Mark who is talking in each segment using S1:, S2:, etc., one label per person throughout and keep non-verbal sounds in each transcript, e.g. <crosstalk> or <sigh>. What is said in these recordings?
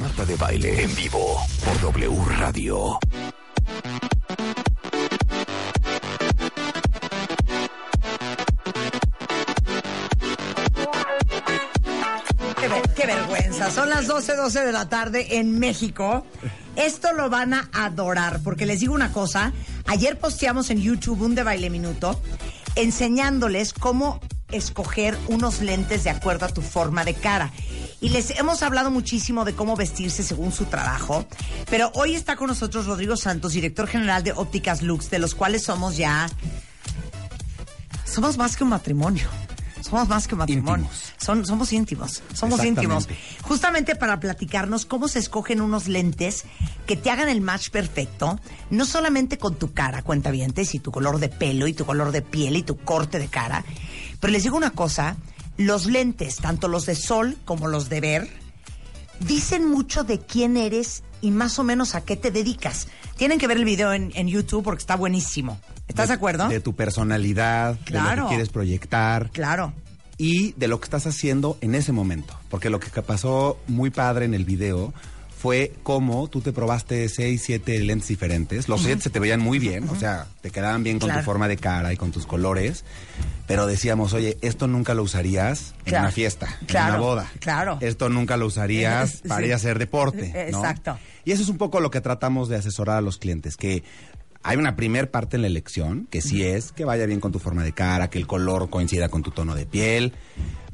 S1: Marta de Baile en vivo por W Radio.
S2: Qué, ver- qué vergüenza. Son las 12, 12 de la tarde en México. Esto lo van a adorar, porque les digo una cosa. Ayer posteamos en YouTube un de baile minuto enseñándoles cómo escoger unos lentes de acuerdo a tu forma de cara. Y les hemos hablado muchísimo de cómo vestirse según su trabajo, pero hoy está con nosotros Rodrigo Santos, director general de Ópticas Lux, de los cuales somos ya... Somos más que un matrimonio. Somos más que un matrimonio.
S3: Íntimos.
S2: Son, somos íntimos. Somos
S3: Exactamente.
S2: íntimos. Justamente para platicarnos cómo se escogen unos lentes que te hagan el match perfecto, no solamente con tu cara, cuenta y tu color de pelo y tu color de piel y tu corte de cara. Pero les digo una cosa, los lentes, tanto los de sol como los de ver, dicen mucho de quién eres y más o menos a qué te dedicas. Tienen que ver el video en, en YouTube porque está buenísimo. ¿Estás de, acuerdo?
S3: De tu personalidad, de lo
S2: Claro.
S3: que quieres proyectar
S2: Claro.
S3: y de lo que estás haciendo en ese momento. Porque lo que pasó muy padre en el video fue cómo tú te probaste seis, siete lentes diferentes. Los siete se te veían muy bien, o sea, te quedaban bien con
S2: Claro.
S3: tu forma de cara y con tus colores. Pero decíamos, oye, esto nunca lo usarías en
S2: Claro.
S3: una fiesta, en
S2: Claro,
S3: una boda.
S2: claro.
S3: Esto nunca lo usarías
S2: Es-
S3: para
S2: sí. Eh,
S3: ir a hacer deporte. ¿no?
S2: Exacto.
S3: Y eso es un poco lo que tratamos de asesorar a los clientes, que hay una primer parte en la elección, que sí es que vaya bien con tu forma de cara, que el color coincida con tu tono de piel,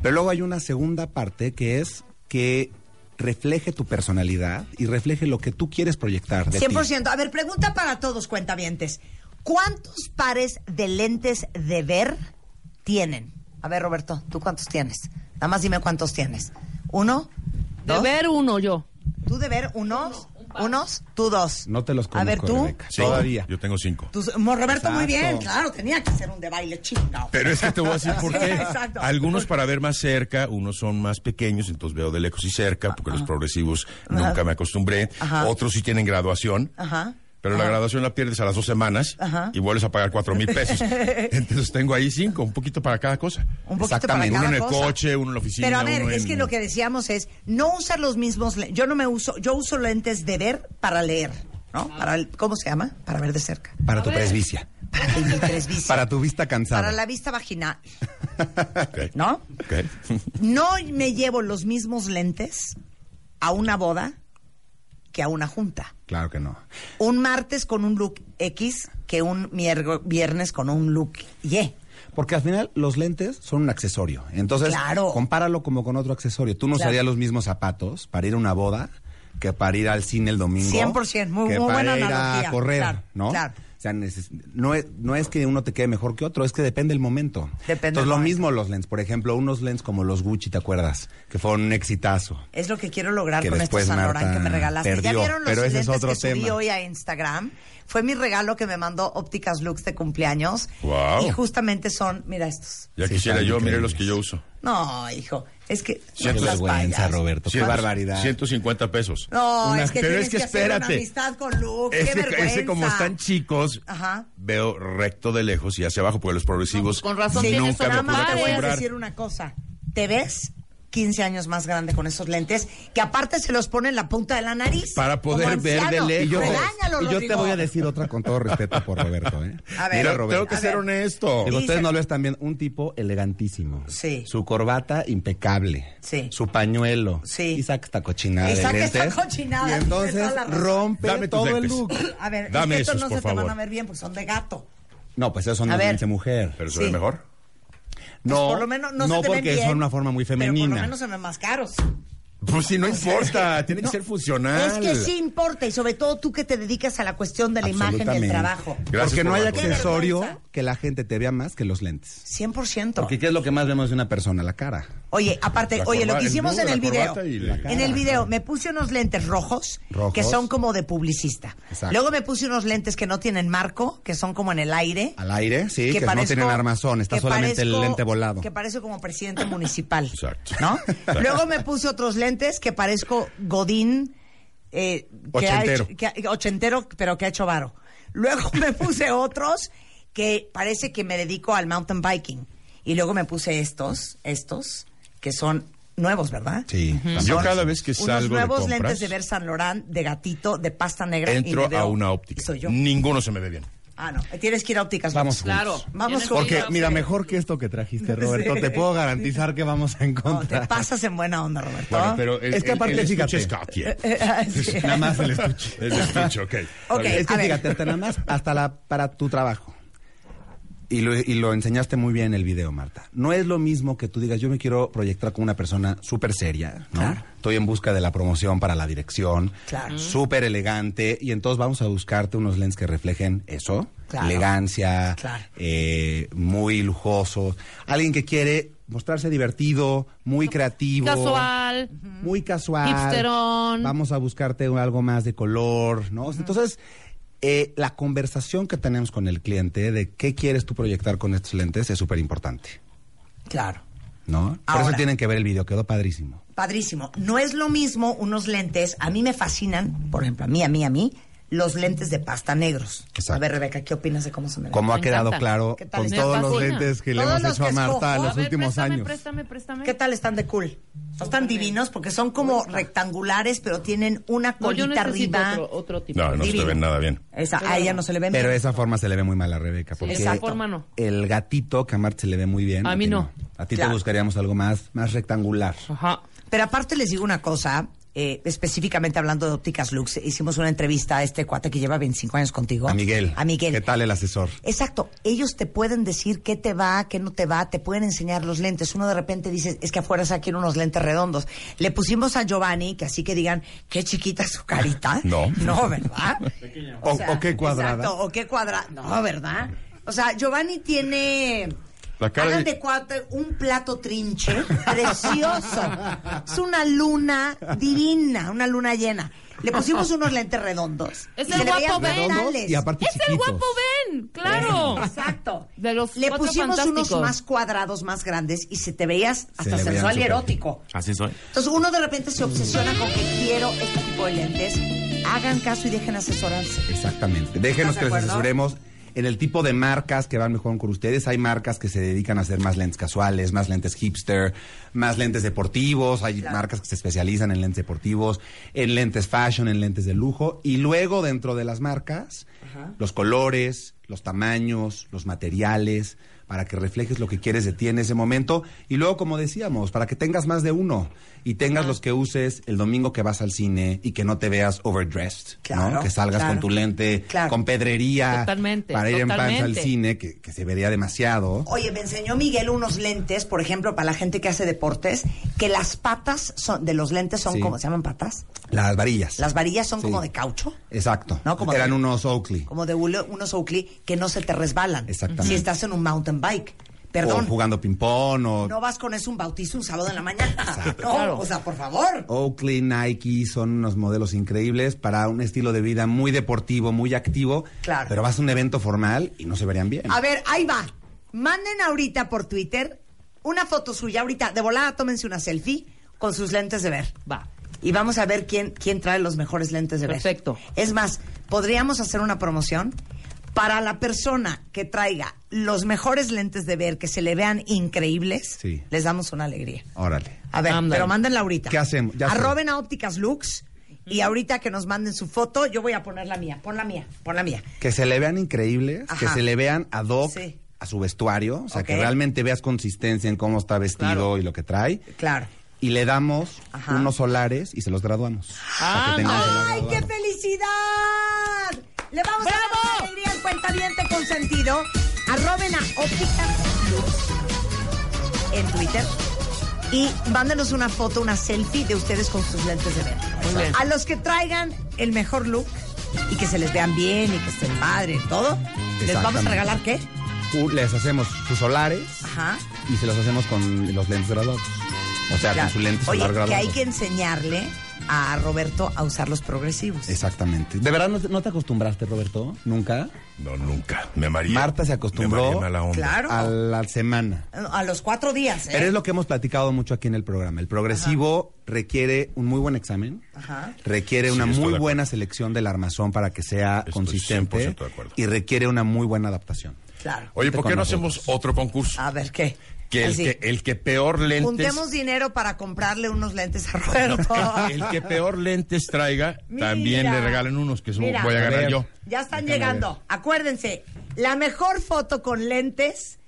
S3: pero luego hay una segunda parte que es que refleje tu personalidad y refleje lo que tú quieres proyectar de ti.
S2: 100%. A ver, pregunta para todos, cuentavientes. ¿Cuántos pares de lentes de ver tienen? A ver, Roberto, ¿tú cuántos tienes? Nada más dime cuántos tienes. ¿Uno?
S4: De
S2: ¿Dos?
S4: ver uno yo.
S2: ¿Tú de ver unos? ¿Unos? ¿Tú dos?
S3: No te los
S2: A ver,
S3: conozco,
S2: ¿tú?
S3: Rebeca. Todavía.
S5: Yo tengo cinco.
S2: Tus- Mo- Roberto, muy
S3: Exacto.
S2: bien, claro, tenía que hacer un de baile chingado.
S5: Pero es que te voy a decir por
S2: Sí, <laughs>
S5: qué.
S2: exacto.
S5: Algunos para ver más cerca, unos son más pequeños, entonces veo de lejos y cerca, porque los progresivos nunca me acostumbré.
S2: Ah, Ajá.
S5: Otros sí tienen graduación.
S2: Ajá.
S5: Pero la graduación la pierdes a las dos semanas
S2: Ajá.
S5: y vuelves a pagar cuatro
S2: <laughs>
S5: mil pesos. Entonces tengo ahí cinco, un poquito para cada cosa.
S2: Un poquito
S3: Exactamente.
S2: para
S5: Uno en
S2: cada
S5: el
S2: cosa.
S5: coche, uno en la oficina.
S2: Pero a ver,
S5: uno
S2: es
S5: en-
S2: que lo que decíamos es no usar los mismos. le- Yo no me uso, yo uso lentes de ver para leer, ¿no? Para el- ¿cómo se llama? Para ver de cerca.
S3: Para tu presbicia.
S2: Para el vitresvicio.
S3: Para tu vista cansada.
S2: Para la vista
S3: <laughs>
S2: vaginal,
S5: Ok.
S2: ¿no?
S5: Ok.
S2: No me llevo los mismos lentes a una boda que a una junta.
S3: Claro que no.
S2: Un martes con un look X que un miergo- viernes con un look Y.
S3: Porque al final los lentes son un accesorio. Entonces,
S2: Claro.
S3: compáralo como con otro accesorio. Tú no
S2: Claro.
S3: usarías los mismos zapatos para ir a una boda que para ir al cine el domingo.
S2: 100%, muy-
S3: que
S2: muy
S3: para
S2: buena
S3: ir
S2: analogía.
S3: a correr,
S2: Claro,
S3: ¿no?
S2: claro.
S3: O sea, neces- no es, no es que uno te quede mejor que otro, es que depende el momento.
S2: Depende
S3: Entonces,
S2: el
S3: lo
S2: momento.
S3: mismo los lentes. Por ejemplo, unos lentes como los Gucci, ¿te acuerdas? Que fueron un exitazo.
S2: Es lo que quiero lograr
S3: Que
S2: con estos
S3: después
S2: San Lorán
S3: Marta
S2: que me regalaste. ya
S3: perdió,
S2: vieron los
S3: pero ese
S2: lentes
S3: es otro
S2: que subí
S3: tema.
S2: hoy a Instagram. Fue mi regalo que me mandó Ópticas Lux de cumpleaños.
S5: Guau.
S2: Y justamente son, mira estos.
S5: Ya
S3: Sí,
S5: quisiera
S3: están
S5: yo, mire
S3: increíbles.
S5: los que yo uso.
S2: No, hijo, es que
S5: Qué
S2: no seas
S3: vergüenza,
S2: payaso.
S3: Roberto. Qué
S5: Ciento-
S3: barbaridad.
S5: 150 pesos.
S2: No,
S5: Una-
S2: es que
S5: Pero
S2: tienes
S5: es que
S2: que, hacer una
S5: espérate.
S2: amistad con Luke.
S5: Es
S2: Oh, qué
S5: que- es que
S2: vergüenza.
S5: como están chicos,
S2: Ajá.
S5: veo recto de lejos y hacia abajo, porque los progresivos
S4: No, con razón
S2: Sí,
S4: tienes
S5: nunca
S4: una
S5: me
S2: nada
S5: pude
S2: más te voy a
S5: acostumbrar.
S2: decir una cosa. ¿Te ves? 15 años más grande con esos lentes, que aparte se los pone en la punta de la nariz.
S5: Para poder
S2: como
S5: ver de
S2: anciano.
S5: lejos.
S3: Y yo, te-
S2: Regáñalo,
S3: y yo te
S2: Rodrigo.
S3: voy a decir otra con todo respeto por Roberto, ¿eh?
S2: A ver.
S3: Mira,
S2: Tengo
S3: Roberto.
S5: Tengo que
S2: A
S5: ser
S2: ver.
S5: honesto.
S3: Digo,
S2: Díselo.
S3: ustedes no lo están viendo. Un tipo elegantísimo.
S2: Sí.
S3: Su corbata impecable.
S2: Sí.
S3: Su pañuelo.
S2: Sí.
S3: Y saca esta cochinada.
S2: Y
S3: de
S2: saca esta
S3: lentes.
S2: cochinada,
S3: Y
S2: tienes
S3: entonces
S2: toda la razón.
S3: rompe
S5: Dame tus
S3: todo el
S5: lentes.
S3: look.
S2: A ver,
S5: Dame
S2: es que estos
S5: esos,
S2: no
S5: por
S2: se te
S5: favor.
S2: van a ver bien porque son de gato.
S3: No, pues esos son
S2: A
S3: los
S2: ver.
S3: lentes de mujer.
S5: Pero se
S2: Sí.
S5: ve mejor.
S3: no,
S2: por lo menos no, se te ven
S3: porque
S2: bien,
S3: son una forma muy femenina.
S2: Pero por lo menos se ven más caros.
S5: Pues si no importa, tiene que ser funcional.
S2: Es que sí importa y sobre todo tú que te dedicas a la cuestión de la imagen del
S3: Absolutamente.
S2: trabajo.
S5: Gracias
S3: porque
S5: por
S3: no hay
S5: la pregunta.
S2: Qué
S3: accesorio
S2: vergüenza.
S3: que la gente te vea más que los lentes.
S2: 100%.
S3: Porque ¿qué es lo que más vemos de una persona? La cara.
S2: Oye, aparte,
S5: La
S2: oye, lo
S5: corbata,
S2: que
S5: el
S2: hicimos
S5: nudo
S2: en
S5: de
S2: el
S5: la
S2: video.
S5: corbata y la
S2: En
S3: cara.
S2: el video me puse unos lentes rojos,
S3: Rojos.
S2: que son como de publicista.
S3: Exacto.
S2: Luego me puse unos lentes que no tienen marco, que son como en el aire.
S3: Al aire, sí, que, no
S2: parezco-
S3: tienen armazón. Está
S2: que
S3: solamente el
S2: parezco-
S3: lente volado.
S2: Que parece como presidente municipal.
S5: Exacto.
S2: <laughs> ¿No? Luego me puse otros lentes que parezco Godín. eh, que ha
S5: Ochentero.
S2: hecho- que ha- ochentero, pero que ha hecho varo. Luego me puse otros que parece que me dedico al mountain biking. Y luego me puse estos, estos, que son nuevos, ¿verdad?
S3: Sí.
S5: Yo
S3: también.
S5: cada vez que
S2: Unos
S5: salgo de
S2: nuevos
S5: compras,
S2: lentes de Ver San Laurent, de gatito, de pasta negra. y
S5: entro
S2: me veo-
S5: a una óptica. Mm.
S2: y Soy yo.
S5: Ninguno se me ve bien.
S2: Ah, no. Tienes que ir a ópticas.
S3: Vamos
S2: Lux.
S4: Claro.
S2: Vamos
S4: Tienes
S2: con-
S4: que ir
S6: Porque,
S4: a-
S6: mira, mejor que esto que trajiste, Roberto,
S2: Sí.
S6: te puedo garantizar que vamos a
S2: No, te
S6: encontrar.
S2: pasas en buena onda, Roberto.
S5: Bueno,
S2: <laughs>
S5: pero el-
S6: Es que
S5: el-
S6: aparte,
S5: el estuche
S6: fíjate.
S5: es Cartier. <laughs>
S2: Sí.
S6: Nada más el estuche.
S5: El estuche, ok.
S2: Ok, a
S3: Es que
S2: ver.
S3: fíjate, hasta nada más hasta la, para tu trabajo. Y lo, y lo enseñaste muy bien en el video, Marta. No es lo mismo que tú digas, yo me quiero proyectar como una persona súper seria, ¿no?
S2: Claro.
S3: Estoy en busca de la promoción para la dirección, Mm.
S2: Claro.
S3: súper elegante, y entonces vamos a buscarte unos lentes que reflejen eso,
S2: Claro.
S3: elegancia,
S2: Claro.
S3: eh, muy lujoso, alguien que quiere mostrarse divertido, muy creativo.
S4: Casual.
S3: Muy casual.
S4: Hipsterón.
S3: Vamos a buscarte un- algo más de color, ¿no? Entonces, eh, la conversación que tenemos con el cliente de qué quieres tú proyectar con estos lentes es súper importante,
S2: Claro.
S3: ¿no? Por
S2: Ahora.
S3: eso tienen que ver el video, quedó padrísimo.
S2: Padrísimo. No es lo mismo unos lentes. A mí me fascinan, por ejemplo, a mí, a mí, a mí, los lentes de pasta negros.
S3: Exacto.
S2: A ver, Rebeca, ¿qué opinas de cómo se me ven?
S3: Como ha
S4: Me
S3: quedado
S4: encanta.
S3: claro
S2: ¿Qué tal?
S6: Con
S2: Me
S6: todos los
S4: fascina.
S6: lentes que le
S2: Todos
S6: hemos
S2: los
S6: hecho
S2: que
S6: a Marta
S2: escojo.
S6: en
S4: A
S6: los
S4: ver,
S6: últimos
S4: préstame,
S6: años.
S4: Préstame, préstame,
S2: ¿Qué tal están de cool? No están divinos porque son como rectangulares, pero tienen una
S4: No, yo
S2: colita
S4: necesito
S2: arriba.
S4: otro, otro tipo.
S5: No, no se te
S2: Divino.
S5: ven nada bien.
S2: Esa, a ella no se le ven.
S3: Pero esa forma se le ve muy mal a Rebeca. Porque
S4: Esa forma no.
S3: El gatito que a Mart se le ve muy bien.
S4: A
S3: ti
S4: mí no.
S3: A ti
S2: Claro.
S3: te buscaríamos algo más, más rectangular.
S4: Ajá.
S2: Pero aparte les digo una cosa, eh, específicamente hablando de ópticas Lux, hicimos una entrevista a este cuate que lleva 25 años contigo.
S3: A Miguel.
S2: A Miguel.
S3: ¿Qué tal el asesor?
S2: Exacto, ellos te pueden decir qué te va, qué no te va, te pueden enseñar los lentes. Uno de repente dice, es que afuera quiero unos lentes redondos. Le pusimos a Giovanni, que así que digan, qué chiquita es su carita.
S5: No.
S2: <laughs> No, ¿verdad?
S6: O- o qué cuadrada.
S2: Exacto, o qué cuadrada. No, ¿verdad? O sea, Giovanni tiene...
S5: La cara
S2: Hagan
S5: de-
S2: de cuate un plato trinche precioso. Es una luna divina, una luna llena. Le pusimos unos lentes redondos.
S4: Es
S2: Y
S4: el
S2: se le veían
S4: guapo Ben.
S3: Redondos
S2: fatales.
S3: y aparte
S4: ¡Es el
S3: chiquitos.
S4: guapo Ben! ¡Claro!
S2: Exacto.
S4: De los
S2: Le
S4: cuatro
S2: pusimos unos
S4: fantásticos.
S2: más cuadrados, más grandes y se te veías
S3: Se
S2: hasta
S3: le veían
S2: sensual y
S3: súper.
S2: erótico.
S6: Así soy.
S2: Entonces uno de repente se obsesiona con que quiero este tipo de lentes. Hagan caso y dejen asesorarse.
S3: Exactamente.
S2: ¿Estás
S3: Déjenos
S2: de
S3: que les
S2: acuerdo?
S3: asesoremos en el tipo de marcas que van mejor con ustedes. Hay marcas que se dedican a hacer más lentes casuales, más lentes hipster, más lentes deportivos. Hay marcas que se especializan en lentes deportivos, en lentes fashion, en lentes de lujo. Y luego dentro de las marcas, los colores, los tamaños, los materiales para que reflejes lo que quieres de ti en ese momento y luego como decíamos para que tengas más de uno y tengas los que uses el domingo que vas al cine y que no te veas overdressed
S2: Claro,
S3: ¿no? que salgas
S2: claro.
S3: con tu lente
S2: Claro.
S3: con pedrería
S4: Totalmente,
S3: para ir en panza al
S4: totalmente.
S3: cine, que, que se vería demasiado.
S2: Oye, me enseñó Miguel unos lentes, por ejemplo, para la gente que hace deportes, que las patas son, de los lentes son
S3: Sí.
S2: como, ¿se llaman patas?
S3: Las varillas.
S2: Las varillas son
S3: Sí.
S2: como de caucho.
S3: Exacto.
S2: No, como
S3: Eran
S2: de-
S3: unos Oakley.
S2: como de hule- unos Oakley que no se te resbalan.
S3: Exactamente.
S2: Si estás en un mountain bike.
S3: O
S2: Perdón,
S3: jugando ping-pong o
S2: no vas con eso a un bautizo un sábado en la mañana. <laughs> No,
S4: Claro.
S2: o sea, por favor.
S3: Oakley, Nike son unos modelos increíbles para un estilo de vida muy deportivo, muy activo.
S2: Claro.
S3: Pero vas a un evento formal y no se verían bien.
S2: A ver, ahí va. Manden ahorita por Twitter una foto suya ahorita. De volada, tómense una selfie con sus lentes de ver.
S4: Va.
S2: Y vamos a ver quién, quién trae los mejores lentes de ver.
S4: Perfecto.
S2: Es más, podríamos hacer una promoción para la persona que traiga los mejores lentes de ver, que se le vean increíbles,
S3: Sí.
S2: les damos una alegría.
S3: Órale.
S2: A ver,
S4: Ándale.
S2: pero mándenla ahorita.
S3: ¿Qué hacemos? Ya sé.
S2: Arroben a Ópticas Lux y ahorita que nos manden su foto, yo voy a poner la mía. Pon la mía, pon la mía.
S3: Que se le vean increíbles,
S2: Ajá.
S3: que se le vean ad hoc
S2: Sí.
S3: a su vestuario, o sea,
S2: Ok.
S3: que realmente veas consistencia en cómo está vestido
S4: Claro.
S3: y lo que trae.
S2: Claro.
S3: y le damos
S2: Ajá.
S3: unos solares y se los graduamos.
S4: Ah,
S3: Para que tengan
S4: no.
S3: solar
S2: ¡Ay, qué
S3: graduado.
S2: felicidad! Le vamos a dar
S4: ¡Bravo!
S2: una alegría al cuentaviente consentido. Arroben a Ópticas Lux en Twitter. Y mándenos una foto, una selfie de ustedes con sus lentes de ver.
S4: Muy bien.
S2: A los que traigan el mejor look y que se les vean bien y que estén padre y todo, les vamos a
S3: Exactamente.
S2: regalar qué?
S3: Uh, Les hacemos sus solares
S2: Ajá.
S3: y se los hacemos con los lentes graduados. O sea,
S2: Claro.
S3: con su lente
S2: Oye,
S3: solar
S2: que
S3: graduado.
S2: hay que enseñarle a Roberto a usar los progresivos.
S3: Exactamente. ¿De verdad no te, no te acostumbraste, Roberto? ¿Nunca?
S5: No, nunca. Me mareé.
S3: Marta se acostumbró.
S5: Me mareé mala onda.
S2: Claro.
S3: A la semana.
S2: A los cuatro días, ¿eh?
S3: Pero es lo que hemos platicado mucho aquí en el programa. El progresivo requiere un muy buen examen,
S2: Ajá.
S3: requiere
S5: Sí,
S3: una
S5: estoy de
S3: muy
S5: acuerdo.
S3: buena selección del armazón para que sea
S5: Estoy
S3: consistente
S5: 100% de acuerdo.
S3: y requiere una muy buena adaptación.
S2: Claro.
S5: Oye, ¿por
S3: Con
S5: qué no
S3: nosotros.
S5: hacemos otro concurso?
S2: A ver, ¿qué?
S5: Que el,
S2: Así.
S5: que el que peor lentes.
S2: Ah, Juntemos
S5: <laughs>
S2: dinero para comprarle unos lentes a Roberto. <laughs>
S5: El que peor lentes traiga,
S2: Mira.
S5: también le regalan unos que son-
S2: Mira.
S5: voy a
S6: A
S5: ganar
S6: ver.
S5: yo.
S2: Ya están llegando. Acuérdense, la mejor foto con lentes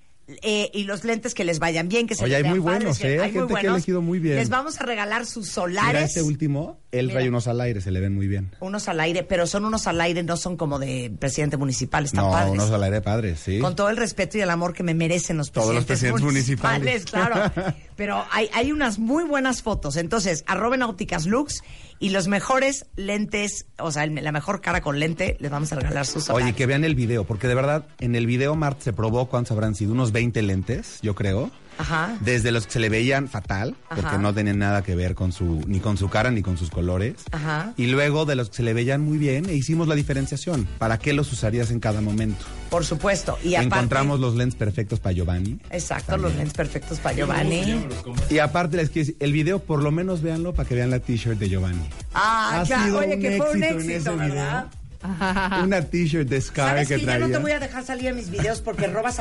S2: eh, y los lentes que les vayan bien, que se
S6: Oye,
S2: les
S6: hay
S2: vean
S6: muy
S2: padres,
S6: buenos,
S2: que-
S6: ¿eh? Hay
S2: hay muy
S6: gente que ha
S2: buenos.
S6: elegido muy bien.
S2: Les vamos a regalar sus
S6: Mira,
S2: solares.
S6: este último, él
S2: Mira.
S6: trae unos al aire, se le ven muy bien.
S2: Unos al aire, pero son unos al aire, no son como de presidente municipal, están
S6: no,
S2: padres.
S6: unos al aire padres, sí.
S2: Con todo el respeto y el amor que me merecen los
S6: Todos los
S2: presidentes,
S6: presidentes
S2: municipales,
S6: municipales. <laughs>
S2: claro. Pero hay, hay unas muy buenas fotos. Entonces, arroben ópticas Lux y los mejores lentes, o sea, el- la mejor cara con lente, les vamos a regalar sus solares.
S6: Oye,
S3: Que vean el video, porque de verdad, en el video Mart se probó cuántos habrán sido, unos 20 lentes, yo creo.
S2: Ajá.
S3: Desde los que se le veían fatal, porque
S2: Ajá.
S3: no tenían nada que ver con su, ni con su cara ni con sus colores.
S2: Ajá.
S3: Y luego de los que se le veían muy bien, e hicimos la diferenciación. ¿Para qué los usarías en cada momento?
S2: Por supuesto. Y aparte,
S3: Encontramos los lentes perfectos para Giovanni.
S2: Exacto, los lentes perfectos para Giovanni.
S3: Y aparte les quiero decir, el video por lo menos véanlo para que vean la t-shirt de Giovanni.
S2: Ah,
S6: Ha
S2: claro,
S6: sido
S2: oye,
S6: un
S2: que fue un
S6: éxito en
S2: éxito,
S6: ese
S2: ¿verdad?
S6: Una t-shirt de Sky
S2: Sabes
S6: que
S2: que ya
S6: traía.
S2: no te voy a dejar salir a mis videos porque robas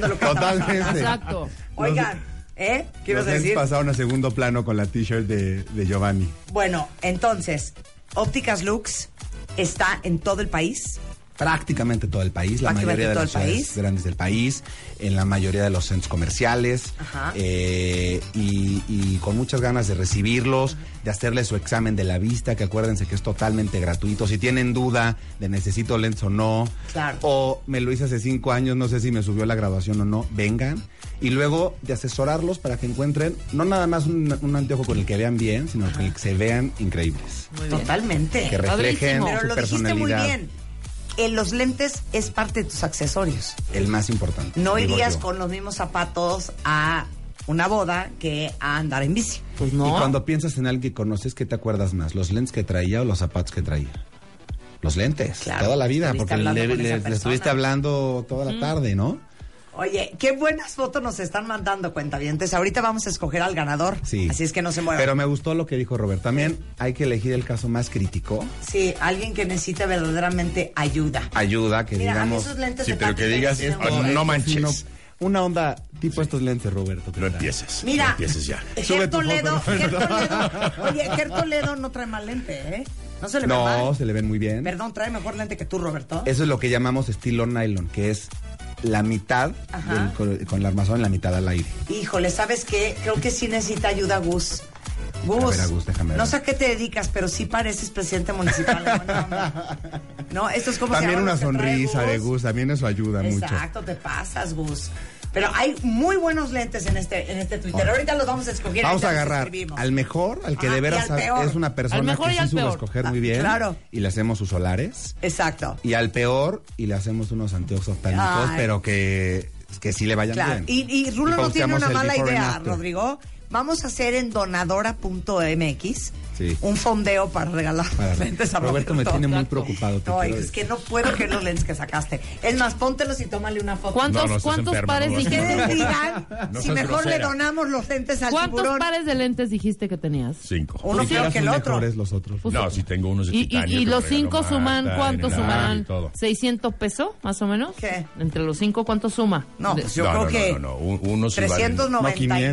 S6: <laughs>
S2: de lo que estamos
S6: Totalmente.
S2: hablando.
S4: Exacto.
S2: Oigan, ¿eh? ¿Qué ibas
S6: Los
S2: a
S6: lentes
S2: decir?
S6: pasaron a segundo plano con la t-shirt de, de Giovanni.
S2: Bueno, entonces, Ópticas Lux está en todo el país.
S3: prácticamente todo el país, la
S2: Prácticamente
S3: mayoría de
S2: todo
S3: las
S2: el
S3: ciudades
S2: país.
S3: grandes del país, en la mayoría de los centros comerciales,
S2: Ajá.
S3: eh, y, y con muchas ganas de recibirlos, de hacerles su examen de la vista, que acuérdense que es totalmente gratuito. Si tienen duda de necesito lentes o no,
S2: Claro.
S3: o me lo hice hace cinco años, no sé si me subió la graduación o no, vengan. Y luego de asesorarlos para que encuentren no nada más un, un anteojo con el que vean bien, sino con el que se vean increíbles.
S2: Totalmente.
S3: Que reflejen
S4: Padrísimo.
S2: Pero
S3: su
S2: lo dijiste muy
S3: personalidad.
S2: bien. Eh, los lentes es parte de tus accesorios.
S3: El más importante.
S2: No
S3: digo
S2: irías
S3: yo.
S2: con los mismos zapatos a una boda que a andar en bici.
S4: Pues no.
S3: Y cuando piensas en alguien que conoces, ¿qué te acuerdas más? ¿Los lentes que traía o los zapatos que traía? Los lentes,
S2: Claro,
S3: toda la vida,
S2: estuviste
S3: porque le,
S2: hablando con
S3: le-
S2: esa
S3: le
S2: persona.
S3: estuviste hablando toda la tarde, ¿no?
S2: Oye, qué buenas fotos nos están mandando, cuentavientes. Ahorita vamos a escoger al ganador.
S3: Sí.
S2: Así es que no se muevan.
S3: Pero me gustó lo que dijo Robert. También hay que elegir el caso más crítico.
S2: Sí, alguien que necesita verdaderamente ayuda.
S3: Ayuda, que
S2: Mira, a mí
S3: digamos.
S2: esos lentes
S5: Sí,
S2: de
S5: pero
S2: Patrick
S5: que digas,
S2: Henry me
S5: ah,
S2: gustan.
S5: no manches.
S3: Uno- una onda tipo estos lentes, Roberto. que
S5: No
S3: trae.
S5: empieces.
S2: Mira,
S5: No empieces ya.
S2: Ger Toledo,
S3: <laughs>
S2: Ger Toledo. Oye, Ger Toledo no trae mal lente, ¿eh? No se le ve
S3: No,
S2: mal.
S3: se le ven muy bien.
S2: Perdón, trae mejor lente que tú, Roberto.
S3: Eso es lo que llamamos estilo nylon, que es la mitad
S2: Ajá.
S3: del col- con la armazón en la mitad al aire.
S2: Híjole, ¿sabes qué? Creo que sí necesita ayuda Gus. Gus,
S3: A ver, a Gus, déjame ver.
S2: no sé a qué te dedicas, pero sí pareces presidente municipal. de buena onda. No, esto es como se
S6: También
S2: llaman
S6: una
S2: los que trae
S6: sonrisa de Gus, también eso ayuda mucho.
S2: Exacto, te pasas, Gus. Pero hay muy buenos lentes en este, en este Twitter. Ahorita los vamos a escoger.
S3: Vamos
S2: ahorita
S3: a
S2: los
S3: agarrar
S2: escribimos.
S3: al mejor, al que
S2: Ajá, y
S3: de
S2: al
S3: veras sabe-
S2: peor.
S3: es una
S4: Al
S3: persona
S4: mejor
S3: que
S4: y
S3: sí
S4: al
S3: sube a
S4: peor.
S3: escoger
S2: Ah, <laughs>
S3: muy bien.
S2: claro.
S3: Y le hacemos sus solares.
S2: Exacto.
S3: Y al peor, y le hacemos unos anteojos oftalmicos,
S2: Ay.
S3: pero que, que sí le vayan
S2: Claro.
S3: bien.
S2: Y, y Rulo no tiene
S3: posteamos
S2: una
S3: el
S2: mala
S3: before and
S2: idea,
S3: after.
S2: Rodrigo. Vamos a hacer en donadora.mx
S3: Sí.
S2: un fondeo para regalar <laughs>
S3: Para-
S2: lentes a
S3: Roberto me tiene muy
S4: Exacto.
S3: preocupado. te
S2: No,
S3: quiero
S2: es
S3: decir.
S2: que no puedo creer los lentes que sacaste. Es más, póntelos y tómale una foto.
S4: ¿Cuántos,
S5: No, no, estás
S4: ¿cuántos
S5: enferma,
S4: pares
S5: no vas a
S4: dijiste?
S2: ¿Ustedes digan
S5: No
S2: si
S5: seas
S2: mejor le
S5: grosera.
S2: donamos los lentes al
S4: ¿Cuántos
S2: tiburón?
S4: pares de lentes dijiste que tenías?
S5: Cinco.
S2: Uno
S3: Ni
S2: peor
S3: siquiera
S2: que el
S3: son
S2: otro.
S3: mejores los otros.
S4: Pues-
S5: no, si tengo unos de
S4: Y, y-
S5: titanio
S4: y
S5: que
S4: los
S5: me regaló
S4: cinco
S5: Marta,
S4: suman,
S5: en
S4: ¿cuánto
S5: el
S4: sumarán?
S5: y todo.
S4: ¿600 pesos, más o menos?
S2: ¿Qué?
S4: Entre los cinco, ¿cuánto suma?
S2: No,
S4: De-
S2: pues yo
S5: No,
S2: creo
S5: no, no,
S2: que.
S5: no, no, un- unos sí valen- no,
S2: 399,
S5: 500,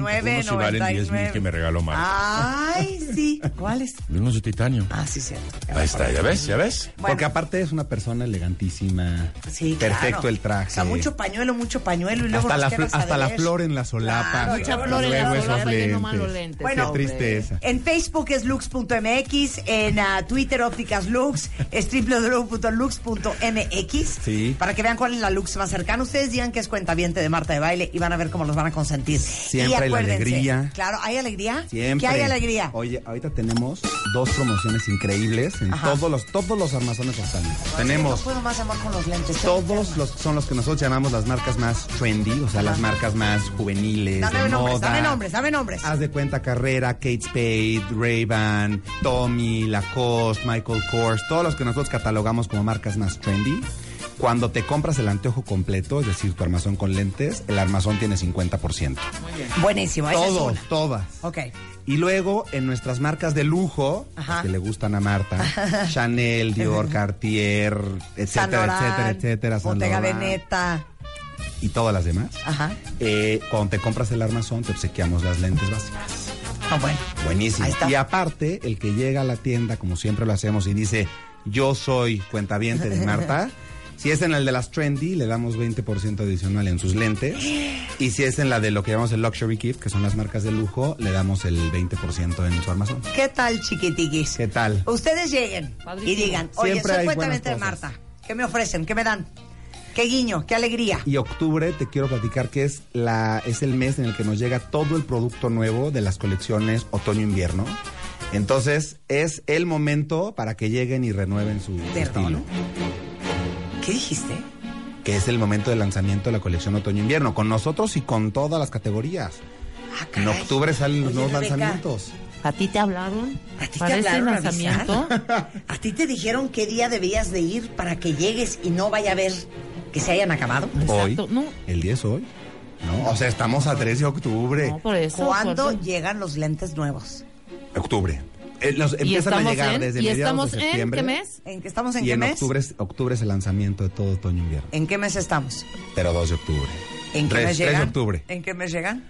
S5: unos sí valen 10,000 que me regaló
S2: Ah. Marta. Ay, sí. ¿Cuáles?
S5: Y unos de titanio.
S2: Ah, sí, cierto.
S5: Ahí está, ¿ya ves? ¿Ya ves?
S2: Bueno.
S3: Porque aparte es una persona elegantísima.
S2: Sí, claro.
S3: perfecto el traje.
S2: O sea, mucho pañuelo, mucho pañuelo y luego
S3: hasta
S2: nos
S3: la,
S2: qué
S3: fl-
S2: vas a
S3: hasta la
S2: deber.
S3: flor en la solapa.
S2: Claro, mucha
S3: Y
S2: flor en la
S3: luego esos
S2: solapa
S4: y yo nomás los
S3: lentes.
S4: lentes.
S2: Bueno,
S3: Qué tristeza.
S2: En Facebook es lux.mx, en ah, Twitter ópticas lux, es www.lux.mx.
S3: Sí.
S2: Para que vean cuál es la lux más cercana. Ustedes digan que es cuentaviente de Marta de Baile y van a ver cómo los van a consentir.
S3: Siempre
S2: y
S3: hay la
S2: acuérdense,
S3: alegría.
S2: Claro, ¿hay alegría? ¿Qué
S3: Siempre.
S2: hay alegría?
S3: Oye, ahorita tenemos dos promociones increíbles en
S2: Ajá.
S3: todos los todos los armazones hostales.
S2: Ay,
S3: Tenemos
S2: No puedo más amor con los lentes. tengo que
S3: todos
S2: amar.
S3: los son los que nosotros llamamos las marcas más trendy, o sea, las marcas más juveniles,
S2: Dame
S3: de
S2: nombres,
S3: moda.
S2: dame nombres, dame nombres.
S3: Haz de cuenta Carrera, Kate Spade, Ray-Ban, Tommy, Lacoste, Michael Kors, todos los que nosotros catalogamos como marcas más trendy. Cuando te compras el anteojo completo, es decir, tu armazón con lentes, el armazón tiene 50%.
S2: Buenísimo, esa es
S3: Todos,
S2: una.
S3: todas.
S2: Ok.
S3: Y luego en nuestras marcas de lujo, las
S2: Ajá.
S3: que le gustan
S2: <laughs>
S3: a Marta, Chanel, Dior, Cartier,
S2: San
S3: etcétera,
S2: Laurent,
S3: etcétera, etcétera. San
S2: Bottega Ah.
S3: Laurent.
S2: Veneta.
S3: y todas las demás.
S2: Ajá.
S3: Eh, cuando te compras el armazón, te obsequiamos las lentes básicas.
S2: Ah, bueno.
S3: Buenísimo.
S2: Ahí está.
S3: Y aparte, el que llega a la tienda, como siempre lo hacemos, y dice, yo soy cuentaviente
S2: <laughs>
S3: de Marta. Si es en el de las trendy, le damos 20% adicional en sus lentes. Y si es en la de lo que llamamos el luxury gift, que son las marcas de lujo, le damos el 20% en su armazón.
S2: ¿Qué tal, chiquitiquis?
S3: ¿Qué tal?
S2: Ustedes lleguen y
S4: Padrísimo.
S2: digan, oye,
S3: Siempre
S2: soy
S3: hay
S2: cuentamente de
S3: buenas cosas.
S2: Marta. ¿Qué me ofrecen? ¿Qué me dan? ¿Qué guiño? ¿Qué alegría?
S3: Y octubre te quiero platicar que es la es el mes en el que nos llega todo el producto nuevo de las colecciones otoño-invierno. Entonces es el momento para que lleguen y renueven su su
S2: Perdón.
S3: estilo,
S2: ¿Qué dijiste?
S3: que es el momento de lanzamiento de la colección otoño-invierno con nosotros y con todas las categorías.
S2: Ah,
S3: En
S2: caray.
S3: octubre salen los
S2: Oye,
S3: nuevos
S2: Rebeca,
S3: lanzamientos.
S4: ¿A ti te hablaron?
S2: ¿A ti te
S4: ¿Para
S2: hablaron a
S4: ese lanzamiento?
S2: <laughs> avisar? ¿A ti te dijeron qué día debías de ir para que llegues y no vaya a ver que se hayan acabado?
S3: Hoy,
S4: Exacto, no.
S3: el 10 hoy. No, o sea, estamos a 3 de octubre.
S4: No, pues. por eso.
S2: ¿Cuándo
S4: suerte.
S2: llegan los lentes nuevos?
S3: Octubre. Eh, los
S4: Y
S3: empiezan a
S4: estamos
S3: llegar
S4: en,
S3: desde
S4: y
S3: mediados
S4: estamos
S3: de
S4: en
S3: septiembre.
S4: ¿qué mes?
S2: ¿En qué estamos en
S3: y
S2: qué
S3: en
S2: mes?
S3: octubre es, octubre es el lanzamiento de todo otoño-invierno.
S2: ¿En qué mes estamos?
S3: pero 2 de octubre.
S2: ¿En qué
S3: 3,
S2: mes Eh. llegan?
S3: de octubre,
S2: ¿En qué mes llegan?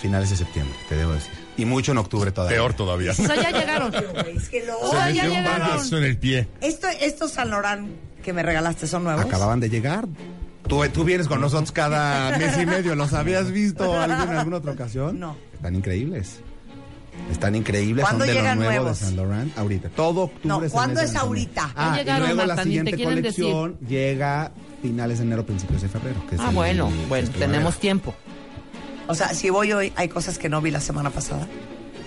S3: finales de septiembre, te debo decir. Y mucho en octubre todavía.
S5: Peor todavía.
S4: O sea, ya
S3: <laughs>
S4: llegaron.
S2: Es que lo
S4: Se
S2: Ay,
S4: ya
S5: metió un
S4: llegaron.
S5: balazo en el pie.
S2: Esto, estos San Lorán que me regalaste son nuevos.
S3: Acababan de llegar. Tú, tú vienes con nosotros cada mes y medio, ¿los habías visto algún- en alguna otra ocasión?
S2: No.
S3: Están increíbles. Están increíbles, son
S2: ¿Cuándo
S3: de lo
S2: llegan
S3: nuevo
S2: nuevos?
S3: de San Laurent, ahorita. Todo octubre.
S2: No,
S3: el
S2: ¿cuándo
S3: mes de
S2: es
S3: lanzamiento.
S2: ahorita?
S3: Ah,
S4: Ya
S3: y
S4: llegaron,
S3: luego
S4: Marta,
S3: la
S4: ni te
S3: siguiente
S4: quieren decir.
S3: colección llega finales de enero, principios de febrero. que es
S4: Ah,
S3: el-
S4: bueno,
S3: el
S4: bueno,
S3: primavera.
S4: tenemos tiempo.
S2: O sea, si voy hoy, hay cosas que no vi la semana pasada.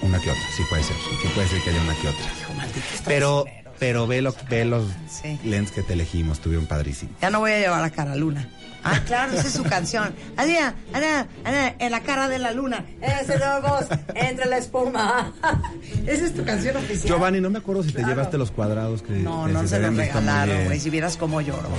S3: Una que otra, sí puede ser. Sí puede ser que haya una que otra.
S2: Oh,
S3: Pero, pero ve, lo- ve los
S2: Sí.
S3: lens que te elegimos, estuvieron padrísimos.
S2: Ya no voy a llevar a cara luna. Ah, claro, esa es su canción. Ana, Ana, Ana, en la cara de la luna. Ese voz entre la espuma. <laughs> Esa es tu canción oficial.
S3: Giovanni, no me acuerdo si te
S2: Claro.
S3: llevaste los cuadrados que
S2: No,
S3: que
S2: no se los
S3: habían visto muy
S2: regalaron,
S3: bien.
S2: güey. Si vieras cómo lloro.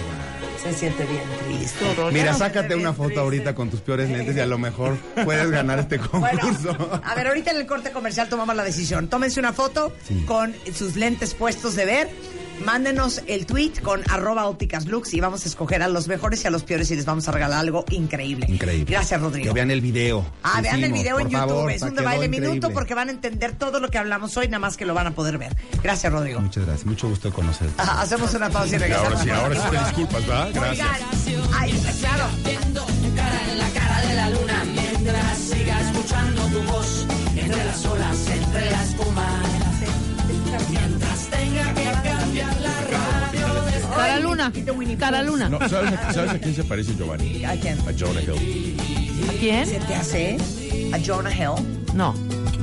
S2: Se siente bien triste.
S4: Qué horror.
S6: Mira,
S2: no,
S6: sácate
S2: bien
S6: una foto
S2: triste.
S6: ahorita con tus peores lentes y a lo
S2: <laughs>
S6: mejor puedes ganar este
S3: <laughs>
S2: Bueno,
S6: concurso.
S2: a ver, ahorita en el corte comercial tomamos la decisión. Tómense una foto
S3: Sí.
S2: con sus lentes puestos de ver. Mándenos el tweet con arroba ópticas lux y vamos a escoger a los mejores y a los peores y les vamos a regalar algo increíble.
S3: Increíble.
S2: Gracias, Rodrigo.
S3: Que vean el video.
S2: Ah,
S3: que
S2: vean el
S3: hicimos,
S2: video en
S3: por
S2: YouTube.
S3: favor,
S2: es un
S3: pa-
S2: de
S3: quedó
S2: baile minuto
S3: increíble.
S2: porque van a entender todo lo que hablamos hoy, nada más que lo van a poder ver. Gracias, Rodrigo.
S3: Muchas gracias, mucho gusto de conocerte.
S2: Ah, Hacemos una pausa y
S5: Y ahora
S2: regresamos.
S5: sí, ahora sí te disculpas, ¿verdad? Gracias.
S2: Oigan, ay, claro.
S4: Cara Luna, Cara Luna.
S5: No, ¿sabes, a, sabes a quién se parece Giovanni?
S2: ¿A quién?
S5: A Jonah Hill.
S4: ¿A
S2: ¿Se
S4: quién?
S2: te hace a Jonah Hill?
S4: No.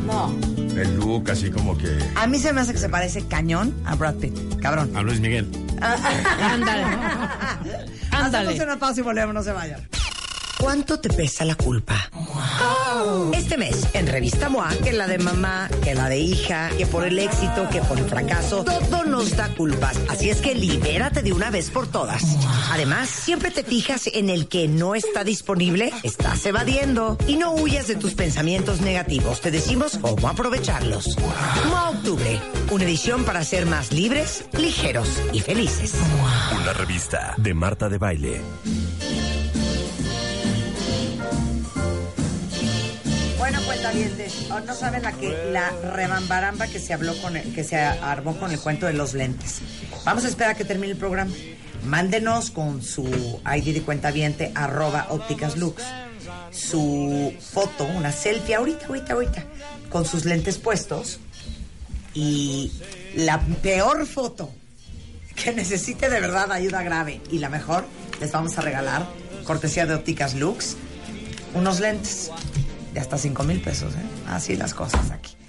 S2: No.
S5: El look así como que...
S2: A mí se me hace que se parece cañón a Brad Pitt. Cabrón.
S5: A Luis Miguel.
S3: <laughs>
S4: Ándale.
S2: Hacemos
S4: Ándale.
S2: una pausa y volvemos, no se vayan. ¿Cuánto te pesa la culpa? Este mes, en Revista MOA, que la de mamá, que la de hija, que por el éxito, que por el fracaso, todo nos da culpas. Así es que libérate de una vez por todas. Además, siempre te fijas en el que no está disponible, estás evadiendo. Y no huyas de tus pensamientos negativos. Te decimos cómo aprovecharlos. MOA Octubre, una edición para ser más libres, ligeros y felices.
S1: Una revista de Marta de Baile.
S2: Bueno, cuentavientes, oh, no saben la que la rebambaramba que se habló con el- que se armó con el cuento de los lentes. Vamos a esperar a que termine el programa. Mándenos con su ID de cuentaviente arroba ópticas lux su foto, una selfie ahorita, ahorita, ahorita, con sus lentes puestos y la peor foto que necesite de verdad ayuda grave y la mejor les vamos a regalar cortesía de ópticas lux unos lentes de hasta 5 mil pesos, ¿eh? Así las cosas aquí.